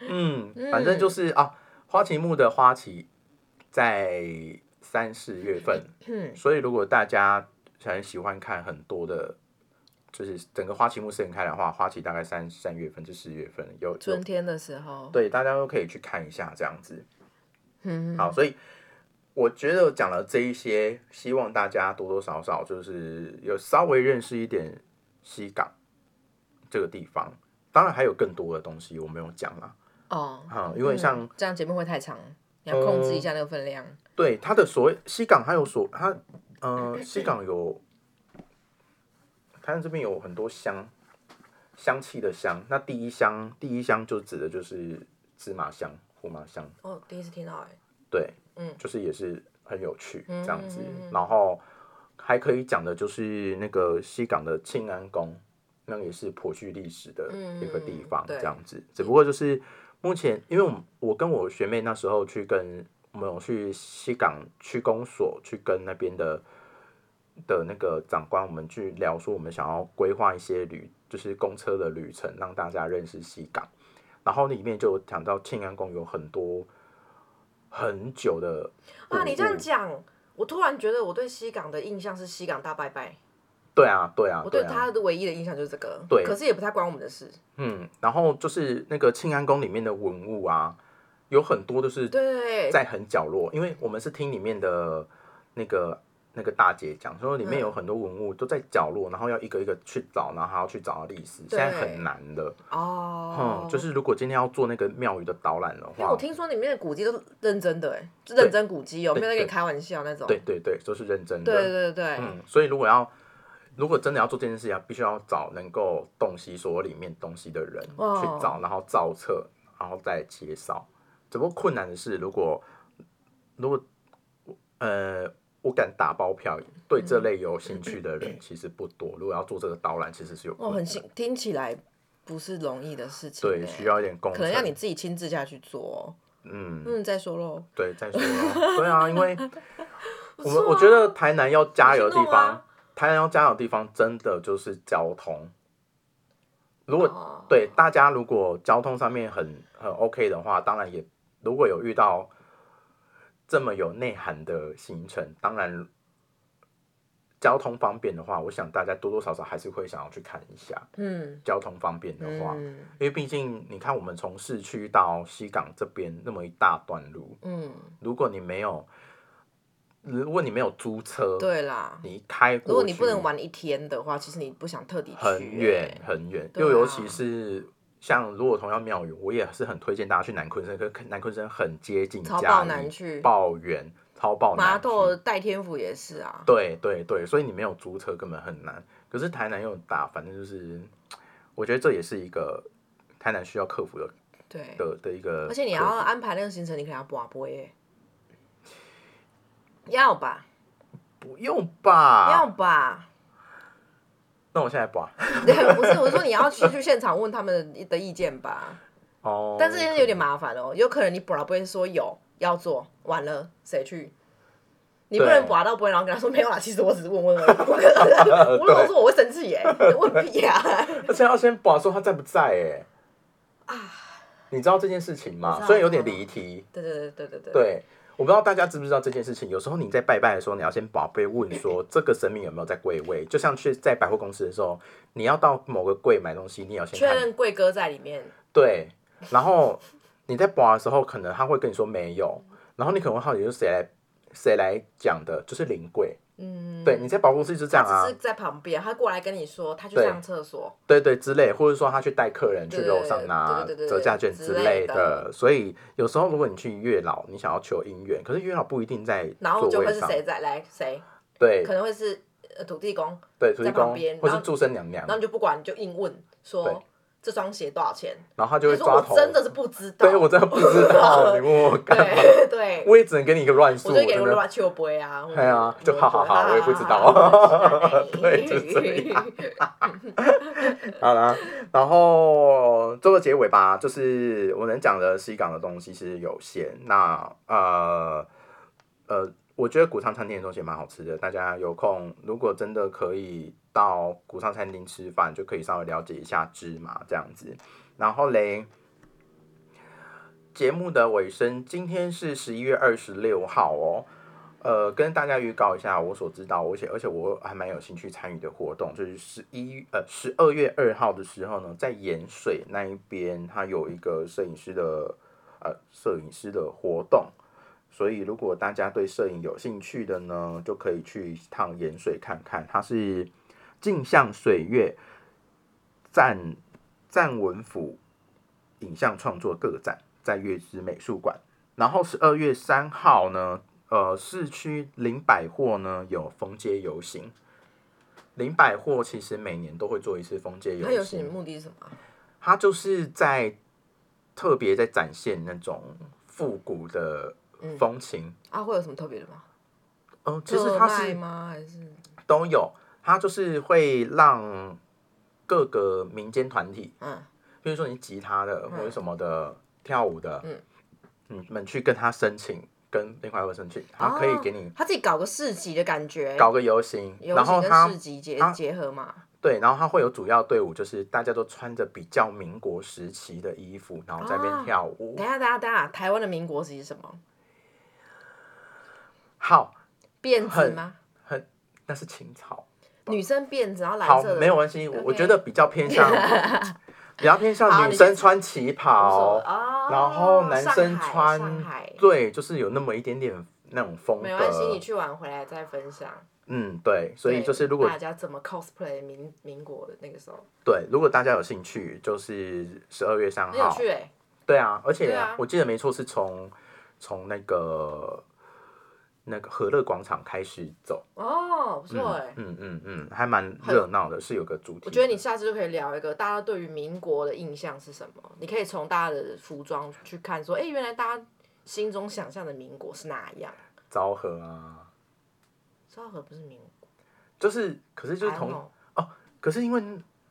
A: 嗯，反正就是啊，花旗木的花旗在三四月份，
B: 嗯，
A: 所以如果大家很喜欢看很多的，就是整个花旗木盛开的话，花旗大概三三月份至四月份有有
B: 春天的时候，
A: 对，大家都可以去看一下这样子。
B: 嗯，
A: 好，所以我觉得讲了这一些，希望大家多多少少就是有稍微认识一点西港这个地方。当然还有更多的东西我没有讲啦，
B: 哦，
A: 哈、因为像、
B: 这样节目会太长，你要控制一下那个分量。
A: 对它的所谓西港，还有所它呃西港有台南这边有很多香，香气的香。那第一香，第一香就指的就是芝麻香、胡麻香，
B: 哦，第一次听到哎、
A: 对，
B: 嗯
A: 就是也是很有趣
B: 嗯
A: 这样子。
B: 嗯嗯嗯
A: 然后还可以讲的就是那个西港的庆安宫，那也是颇具历史的
B: 嗯
A: 一个地方
B: 对嗯
A: 这样子。只不过就是目前，因为我们我跟我学妹那时候去跟我们有去西港区公所去跟那边的。的那个长官，我们去聊说，我们想要规划一些旅，就是公车的旅程，让大家认识西港。然后里面就有讲到庆安宫有很多很久的
B: 啊，你这样
A: 古物
B: 讲，我突然觉得我对西港的印象是西港大拜拜，
A: 对啊，对啊，
B: 我对
A: 啊
B: 他的唯一的印象就是这个，
A: 对
B: 可是也不太关我们的事，
A: 嗯，然后就是那个庆安宫里面的文物啊，有很多都是
B: 对，
A: 在很角落，因为我们是听里面的那个那个大姐讲说，里面
B: 嗯
A: 有很多文物都在角落，然后要一个一个去找，然后还要去找到历史，现在很难的。
B: 哦，
A: 嗯，就是如果今天要做那个庙宇的导览的
B: 因为我
A: 话，
B: 听说里面的古迹都是认真的、哎，是认真古迹哦、
A: 对
B: 没有在跟
A: 对
B: 你开玩笑那种。
A: 对对对，都是认真的。
B: 对对对对
A: 嗯，所以如果要如果真的要做这件事情啊，必须要找能够洞悉所有里面东西的人、
B: 哦
A: 去找，然后造册，然后再介绍。只不过困难的是，如果如果呃，我敢打包票，对
B: 嗯
A: 这类有兴趣的人其实不多。如果要做这个导览，其实是有
B: 哦，
A: 困
B: 很
A: 难
B: 辛，听起来不是容易的事情、
A: 对，
B: 哎
A: 需要一点功
B: 可能要你
A: 程。
B: 自己亲自下去做、哦。
A: 嗯，
B: 嗯，再说喽。
A: 对，再说咯对啊，因 为我们
B: 错啊
A: 我觉得台南要加油的地
B: 我去弄
A: 方
B: 啊，
A: 台南要加油的地方真的就是交通。如果
B: 哦，
A: 对大家如果交通上面很很 OK 的话，当然也如果有遇到这么有内涵的行程，当然交通方便的话，我想大家多多少少还是会想要去看一下
B: 嗯
A: 交通方便的话，
B: 嗯
A: 因为毕竟你看我们从市区到西港这边那么一大段路，
B: 嗯，
A: 如果你没有如果你没有租车，
B: 对啦。
A: 你开呃过
B: 如果你不
A: 去
B: 能玩一天的话，其实你不想特地去、
A: 很远
B: 哎
A: 很远，
B: 对啊
A: 又尤其是像如果同样庙宇，我也是很推荐大家去南昆山，可是南昆山很接近
B: 超
A: 家
B: 爆
A: 里
B: 难去
A: 爆远，超爆
B: 麻
A: 难
B: 豆
A: 去。
B: 戴天府也是啊。
A: 对对对，所以你没有租车根本很难。可是台南又很大，反正就是，我觉得这也是一个台南需要克服的
B: 对，
A: 的的一个克服。
B: 而且你要安排那个行程，你可能要补播耶。要吧，
A: 不用吧？
B: 要吧。
A: 那我现在吧。
B: 对，不是，我说你要去去现场问他们的的意见吧。
A: 哦，
B: 但是有点麻烦哦，有可能你补了不会说有要做，完了谁去？你不
A: 对哦
B: 能补到不会，然后跟他说没 有啦，其实我只是问问而已。我可
A: 呃
B: 能我如果说我会生气耶， 你问屁 呀、啊！
A: 而且要先保说他在不在哎、你知道这件事情
B: 我
A: 吗？
B: 知道
A: 虽然有点离题，
B: 对对对对对对，
A: 对，我不知道大家知不知道这件事情。有时候你在拜拜的时候，你要先宝贝问说这个神明有没有在柜位。就像去在百货公司的时候，你要到某个柜买东西，你也要先
B: 确
A: 看
B: 认贵哥在里面。
A: 对，然后你在保的时候，可能他会跟你说没有，然后你可能会好奇是谁来谁来讲的，就是临柜。
B: 嗯，
A: 对，你在保护室就这样
B: 他
A: 啊
B: 只，是在旁边，他过来跟你说他去
A: 对
B: 上厕所。
A: 对对之类，或者说他去带客人去
B: 对对
A: 楼上拿
B: 对对对对
A: 折价券
B: 之
A: 之
B: 类
A: 类
B: 的
A: 的。所以有时候如果你去月老，你想要求姻缘，可是月老不一定在
B: 然后就
A: 座
B: 会
A: 位
B: 是
A: 上，
B: 谁在来谁，
A: 对嗯
B: 可能会是呃土地公，
A: 对，土地
B: 在旁
A: 公
B: 边
A: 或
B: 然
A: 是
B: 后
A: 祝生娘娘
B: 然后，你就不管，你就硬问
A: 对
B: 说这双鞋多少钱？
A: 然后他就
B: 你
A: 会
B: 说
A: 抓
B: 我
A: 头。
B: 真的是不知道，
A: 对我真的不知 道，你问我干嘛？
B: 对 对，
A: 我也只能给你一个乱数，
B: 我
A: 我
B: 就给
A: 真
B: 你
A: 的
B: 乱球杯啊，
A: 哎呀
B: 我
A: 就
B: 觉
A: 哈
B: 得
A: 哈哈我也不知道
B: 哈哈哈
A: 对就是这
B: 样。
A: 好啦，然后做个结尾吧，就是我能讲的西港的东西其实有限。那呃呃，我觉得古昌餐厅的东西也蛮好吃的，大家有空如果真的可以到古昌餐厅吃饭，就可以稍微了解一下芝麻这样子。然后嘞，节目的尾声，今天是十一月二十六号哦。呃，跟大家预告一下，我所知道，而且而且我还蛮有兴趣参与的活动，就是十一呃十二月二号的时候呢，在盐水那一边，它有一个摄影师的呃摄影师的活动，所以如果大家对摄影有兴趣的呢，就可以去一趟盐水看看，它是镜像水月赞赞文府影像创作个展，在月之美术馆。然后十二月三号呢，呃，市区林百货呢有逢街游行，林百货其实每年都会做一次封街
B: 它游
A: 游
B: 行
A: 行，
B: 目的是什么啊？
A: 它就是在特别在展现那种复古的风情。
B: 啊，会有什么特别的吗？
A: 嗯、其实它
B: 热卖
A: 是
B: 吗？还是
A: 都有，它就是会让各个民间团体，
B: 嗯
A: 比如说你吉他的或者什么的、跳舞的，嗯，你们去跟他申请，跟林百货申请，他可以给你
C: 他自己搞个市集的感觉，
A: 搞个游行，
C: 游
A: 然
C: 行
A: 后
C: 跟
A: 他
C: 市集结
A: 它
C: 结合嘛，
A: 对，然后他会有主要队伍，就是大家都穿着比较民国时期的衣服，然后在那边
C: 啊
A: 跳舞。
B: 等一下，等一下，等一下，台湾的民国时期是什么？
A: 好，
C: 辫子
A: 很
C: 吗？
A: 很那是清朝。
C: 女生辫子，然后蓝
A: 好
C: 色，的，
A: 没有关系，我我
C: OK
A: 觉得比较 偏向比较偏
C: 好
A: 向女
C: 你
A: 生
C: 先
A: 穿旗袍，
C: 哦
A: 然后男生
C: 上海
A: 穿
C: 上海
A: 对，就是有那么一点点那种风
C: 没关系，你
A: 格。
C: 去玩回来再分享。
A: 嗯，对，所以
C: 对
A: 就是如果
C: 大家怎么 cosplay 民民国的那个时候，
A: 对如果大家有兴趣，就是十二月三
C: 很有
A: 号，
C: 趣哎、
A: 对啊，而且
C: 对啊
A: 我记得没错是从从那个那个和乐广场开始走。
C: 哦，不错哎、
A: 嗯嗯嗯，还蛮热闹的，是有个主题。
C: 我觉得你下次就可以聊一个大家对于民国的印象是什么，你可以从大家的服装去看说，哎、原来大家心中想象的民国是哪样？
A: 昭和啊，
C: 昭和不是民国，
A: 就是可是就是
C: I
A: 同
C: don't know
A: 可是因为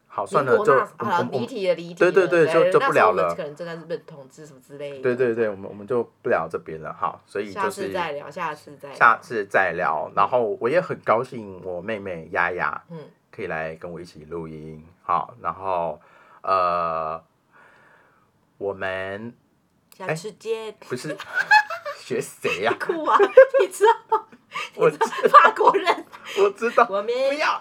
A: 好算了，
C: 民
A: 就
C: 国
A: 我
C: 那
A: 们我
C: 好
A: 们我
C: 离
A: 们
C: 题了，离题
A: 对
C: 了。
A: 对对就就
C: 那时候
A: 不聊
C: 我们
A: 了
C: 可能正在日本统治什么之类的。
A: 对对对，我们我们就不聊这边了，好，所以
C: 下
A: 就
C: 次
A: 是
C: 再聊，下次再聊
A: 下次再聊。然后我也很高兴，我妹妹丫丫
C: 嗯
A: 可以来跟我一起录音，好，然后呃，我们
C: 下
A: 哎
C: 次见。
A: 不是 学谁呀、
C: 酷啊！你知道吗？
A: 我
C: 法国人，
A: 我知道，
C: 我们
A: 不要。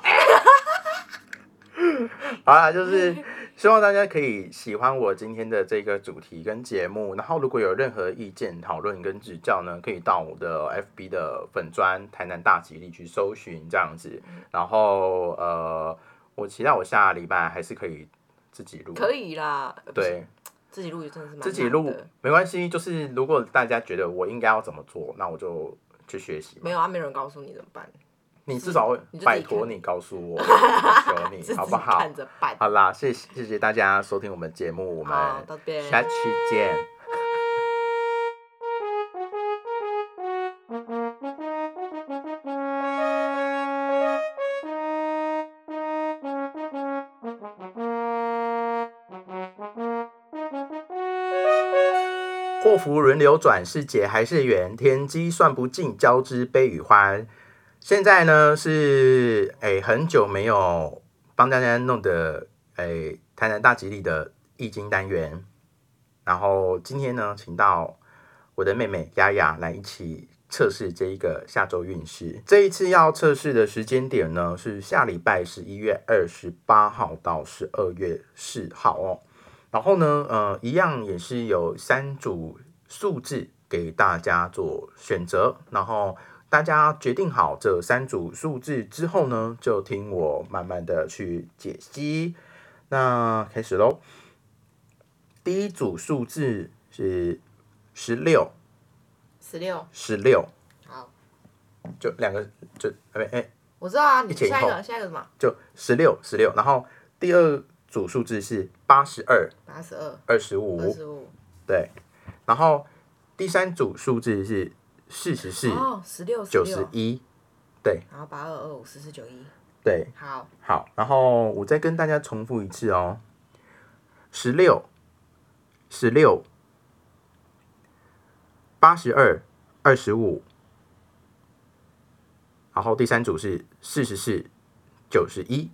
A: 好啦，就是希望大家可以喜欢我今天的这个主题跟节目。然后，如果有任何意见、讨论跟指教呢，可以到我的 FB 的粉砖“台南大吉利”去搜寻这样子。然后，呃，我期待我下礼拜还是可以自己录，
C: 可以啦。呃，不是
A: 对，
C: 自己录也真的是蛮
A: 自己
C: 难
A: 录
C: 的
A: 没关系。就是如果大家觉得我应该要怎么做，那我就去学习嘛。
C: 没有啊，没有人告诉你怎么办，
A: 你至少会
C: 你就自己
A: 拜托你告诉 我，我求你
C: 自己
A: 好不好
C: 看？着办。
A: 好啦，谢谢谢谢大家收听我们节目，我们
C: 好，到这边。
A: 下期见。祸福轮流转，是劫还是缘？天机算不尽，交织悲与欢。现在呢是哎、很久没有帮大家弄的哎、台南大吉利的易经单元，然后今天呢请到我的妹妹雅雅来一起测试这一个下周运势。这一次要测试的时间点呢是下礼拜十一月二十八号到十二月四号哦。然后呢，呃，一样也是有三组数字给大家做选择，然后大家决定好这三组数字之后呢，就听我慢慢的去解析。那开始喽，第一组数字是十六，
C: 十六，
A: 十六，
C: 好，
A: 就两个，就哎哎，
C: 我知道啊。你
A: 一前一
C: 下一
A: 后
C: 个，下一个什么？
A: 就十六，十六。然后第二组数字是八十二，
C: 八十二，
A: 二十五，
C: 二十五。
A: 对，然后第三组数字是四十四、
C: 哦，十六，
A: 九十
C: 六。
A: 一，
C: 然后八二二五四四九一。
A: 对，
C: 好，
A: 好，然后我再跟大家重复一次哦，十六、十六、八十二、二十五，然后第三组是四十四、九十一，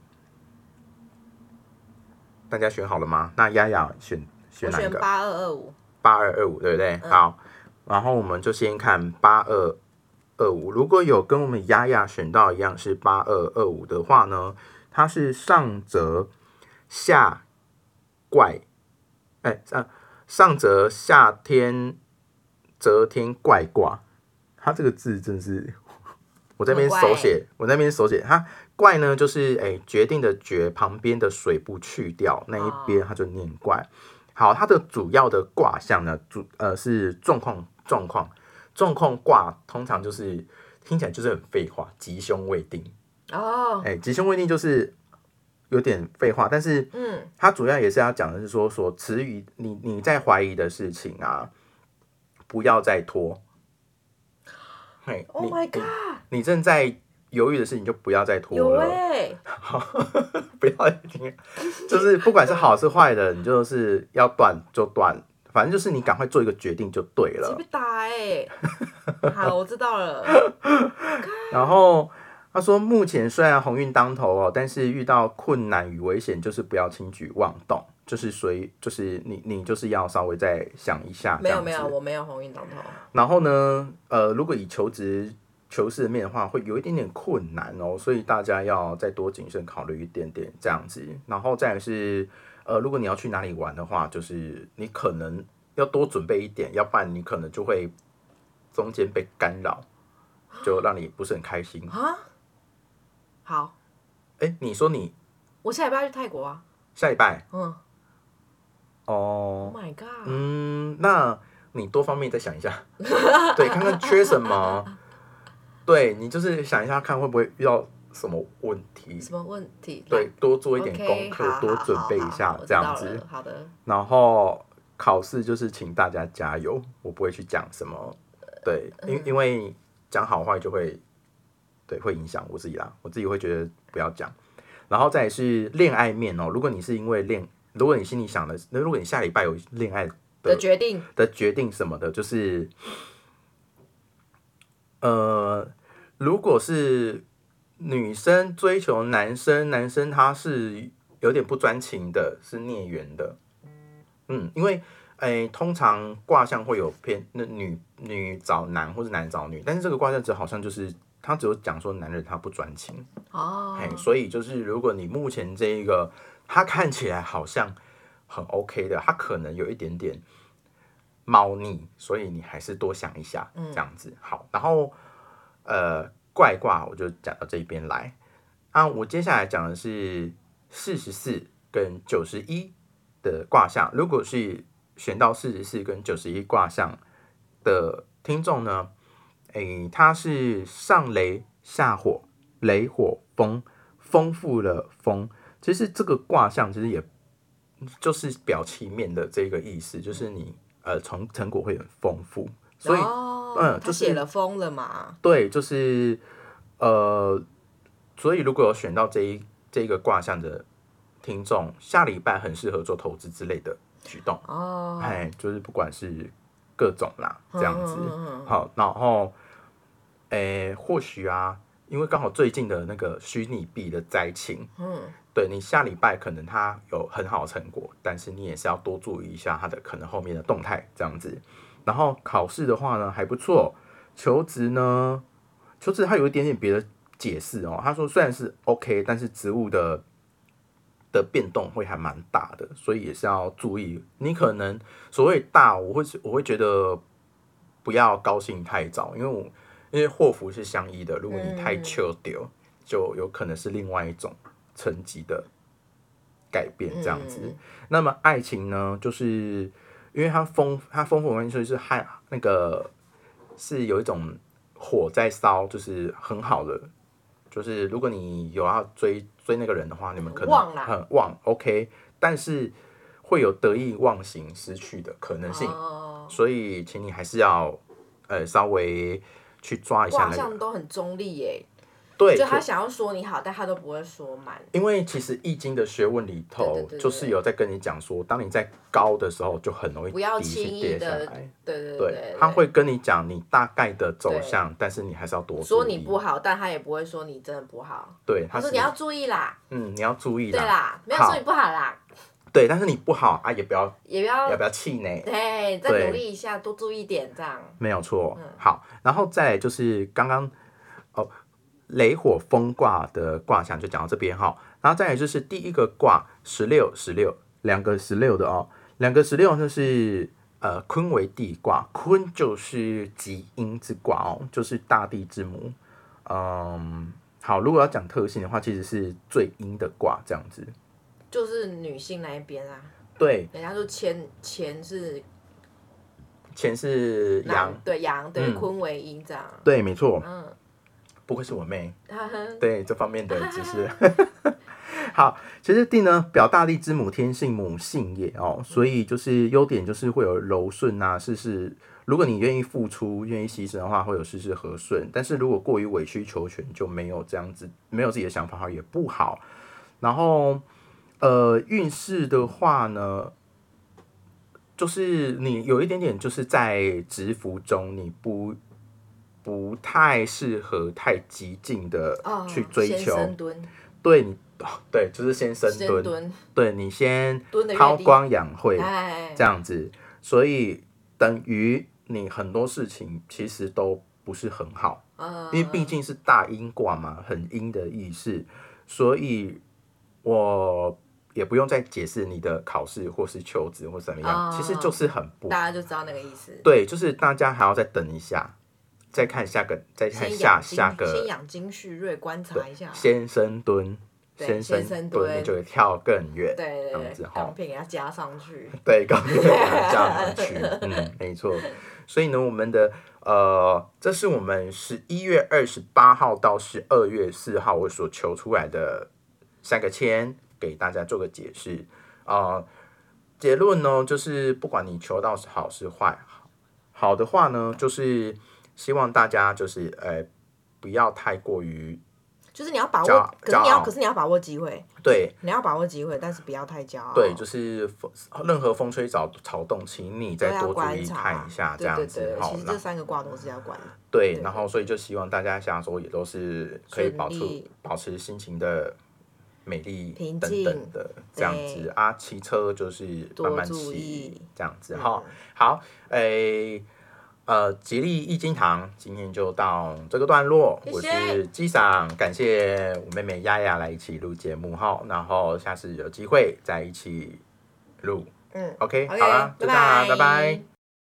A: 大家选好了吗？那丫丫选选
C: 我
A: 哪一
C: 选
A: 个？
C: 八二二五。
A: 八二二五，对不对？好，然后我们就先看八二二五。如果有跟我们雅雅选到一样是八二二五的话呢，它是上则下怪，哎上上则下天则天怪卦，它这个字真是。 我这边手写，我那边手写，它怪呢就是哎、决定的决旁边的水不去掉那一边，它就念怪。好，它的主要的卦象呢，主呃是状况状况状况卦，通常就是听起来就是很废话，吉凶未定。
C: 哦，
A: 哎、吉凶未定就是有点废话，但是
C: 嗯，
A: 它主要也是要讲的是说，所迟疑你你在怀疑的事情啊，不要再拖。嘿
B: Oh
A: 你
B: my
A: 你
B: god！
A: 你正在犹豫的事情就不要再拖
B: 有
A: 了，
B: 哎、
C: 欸
A: 不要再听，就是不管是好是坏的，你就是要断就断，反正就是你赶快做一个决定就对
C: 鸡
A: 了
C: 被。打 哎、好，我知道了。
A: 然后他说，目前虽然鸿运当头哦，但是遇到困难与危险，就是不要轻举妄动，就是随，就是你你就是要稍微再想一下。
C: 没
A: 这
C: 有
A: 样
C: 没有，
A: 子
C: 我没有鸿运当头。
A: 然后呢，呃，如果以求职求事面的话，会有一点点困难哦，所以大家要再多谨慎考虑一点点这样子。然后再来是，呃，如果你要去哪里玩的话，就是你可能要多准备一点，要不然你可能就会中间被干扰，就让你不是很开心。
C: 啊？好，
A: 哎，你说你
C: 我下礼拜要去泰国啊。
A: 下礼拜
C: 嗯
A: 哦
B: 哦
C: ，Oh，my god！、
A: 嗯，那你多方面再想一下， 对，看看缺什么，对你就是想一下看会不会遇到什么问题，
C: 什么问题？
A: 对，多做
C: 来，
A: 一点功
C: o k
A: 课
C: 好，
A: 多准备
C: 好
A: 一
C: 好
A: 下
C: 我知
A: 这样
C: 道
A: 子
C: 了，好的，
A: 然后考试就是请大家加油，我不会去讲什么，对，因因为讲好坏就会，对，会影响我自己啦，我自己会觉得不要讲。然后再来是恋爱面哦，如果你是因为恋，如果你心里想的，那如果你下礼拜有恋爱
C: 的决定
A: 的决定什么的，就是，呃，如果是女生追求男生，男生他是有点不专情的，是孽缘的，嗯，因为，诶、通常卦象会有偏那女女找男或者男找女，但是这个卦象只好像就是他只有讲说男人他不专情，
C: 哦
A: 嘿，所以就是如果你目前这一个，他看起来好像很 OK 的，他可能有一点点猫腻，所以你还是多想一下，这样子、好。然后呃，怪卦我就讲到这一边来啊，我接下来讲的是四十四跟九十一的卦象，如果是选到四十四跟九十一卦象的听众呢，诶，它是上雷下火，雷火风，丰富了风。其实这个卦象其实也就是表气面的这个意思，就是你呃从成果会很丰富，所以
C: 哦
A: 嗯
C: 他
A: 就
C: 写
A: 是
C: 了疯了嘛，
A: 对，就是呃，所以如果有选到这一这个卦象的听众，下礼拜很适合做投资之类的举动，
C: 哦，
A: 哎、就是不管是各种啦，这样子。
C: 嗯嗯嗯嗯
A: 好，然后，诶，或许啊，因为刚好最近的那个虚拟币的灾情，
C: 嗯，
A: 对你下礼拜可能它有很好的成果，但是你也是要多注意一下它的可能后面的动态这样子。然后考试的话呢还不错，求职呢，求职它有一点点别的解释哦。他说虽然是 OK，但是职务的的变动会还蛮大的，所以也是要注意。你可能所谓大，我会我会觉得不要高兴太早，因为我因为祸福是相依的，如果你太
C: 嗯
A: 求丢，就有可能是另外一种层级的改变这样子。
C: 嗯
A: 那么爱情呢，就是因为它丰它丰富的关系，所以是害那个是有一种火在烧，就是很好的，就是如果你有要追追那个人的话，你们可能
C: 旺啦
A: 很旺，OK，但是会有得意忘形、失去的可能性，
C: 哦，
A: 所以请你还是要呃稍微去抓一下
C: 卦
A: 那个
C: 象都很中立耶，
A: 对，
C: 就他
A: 可
C: 想要说你好，但他都不会说满，
A: 因为其实《易经》的学问里
C: 对
A: 头
C: 对对，对
A: 就是有在跟你讲说，当你在高的时候，就很容易
C: 不要
A: 低
C: 轻
A: 心
C: 易
A: 跌下
C: 的
A: 来。，
C: 对对
A: 对，他会跟你讲你大概的走
C: 对
A: 向，但是你还是要多
C: 说
A: 注
C: 你
A: 意
C: 不好，但他也不会说你真的不好，
A: 对，
C: 他
A: 他
C: 说
A: 是
C: 你要注意啦，
A: 嗯，你要注意
C: 对
A: 啦，
C: 啦，没有说你不好啦，
A: 对，但是你不好啊，也不要
C: 也不要
A: 也不要气馁，
B: 哦
C: 对，再
A: 对
C: 努力一下，多注意一点这样。
A: 没有错。好，然后再来就是刚刚哦，雷火风卦的卦象就讲到这边哈，然后再来就是第一个卦十六十六两个十六的哦，两个十六就是呃坤为地卦，坤就是极阴之卦哦，就是大地之母。嗯，好，如果要讲特性的话，其实是最阴的卦这样子。
C: 就是女性那一边啊，
A: 对，
C: 人家说钱钱是
A: 前是
C: 男
A: 阳，
C: 对阳对
A: 嗯
C: 坤为阴这样，
A: 对，没错。
C: 嗯，
A: 不愧是我妹，
C: 哈哈
A: 对这方面的知识。好，其实地呢，表大力之母，天性母性也哦，所以就是优点就是会有柔顺啊，事事。如果你愿意付出、愿意牺牲的话，会有事事和顺；但是如果过于委曲求全，就没有这样子，没有自己的想法的话也不好。然后，呃，运势的话呢，就是你有一点点就是在直服中，你不不太适合太激进的
C: 哦
A: 去追
C: 先
A: 求，
C: 深蹲，
A: 对你、 哦，对，就是先深
C: 深
A: 蹲，
C: 蹲，
A: 对你先
C: 蹲的
A: 韬光养晦
C: 哎，
A: 这样子，所以等于你很多事情其实都不是很好，
C: 嗯
A: 因为毕竟是大阴卦嘛，很阴的意思，所以我也不用再解释你的考试或是求职或怎么样，
C: 啊
A: 其实就是很不
C: 大家就知道那个意思。
A: 对，就是大家还要再等一下，再看下个，再看
C: 先
A: 下
C: 养精
A: 下
C: 先
A: 个
C: 养精蓄锐，观察一下。
A: 先深蹲，
C: 对
A: 先
C: 先
A: 深
C: 深
A: 蹲，
C: 蹲
A: 你就会跳更远。
C: 对
A: 这样
C: 对
A: 子
C: 对，
A: 哈
C: 钢片给它加上去。
A: 对，高铁这 样去，嗯，没错。所以呢，我们的呃，这是我们十一月二十八号到十二月四号我所求出来的三个签，给大家做个解释啊、呃结论呢，就是不管你求到是好是坏，好好的话呢，就是希望大家就是呃，不要太过于
C: 就是你要把
A: 骄
C: 握
A: 傲，
C: 可是你
A: 骄傲
C: 要，可是你要把握机会，
A: 对
C: 你要把握机会，但是不要太骄傲。
A: 对，就是风任何风吹草草动，请你
C: 都
A: 再
C: 要
A: 多注
C: 观
A: 意
C: 察，
A: 看一下，这
C: 对
A: 样
C: 对
A: 子
C: 对，
A: 好
C: 其实
A: 那
C: 这三个卦都是要管，
A: 对，
C: 对
A: 然后所以就希望大家下周也都是可以
C: 顺
A: 保持
C: 利
A: 保持心情的美丽
C: 平
A: 等
C: 静
A: 等的这样子
C: 对
A: 啊，骑车就是
C: 多
A: 慢慢
C: 注
A: 骑
C: 意
A: 这样子哈。好，诶。呃，吉利易经堂今天就到这个段落，
C: 谢
A: 我
C: 谢
A: 是机长，感谢我妹妹丫丫来一起录节目哈，然后下次有机会再一起录，
B: 嗯
A: ，OK，
C: 嗯
B: OK，
A: 好啦，就这样，
B: 拜拜
A: 拜拜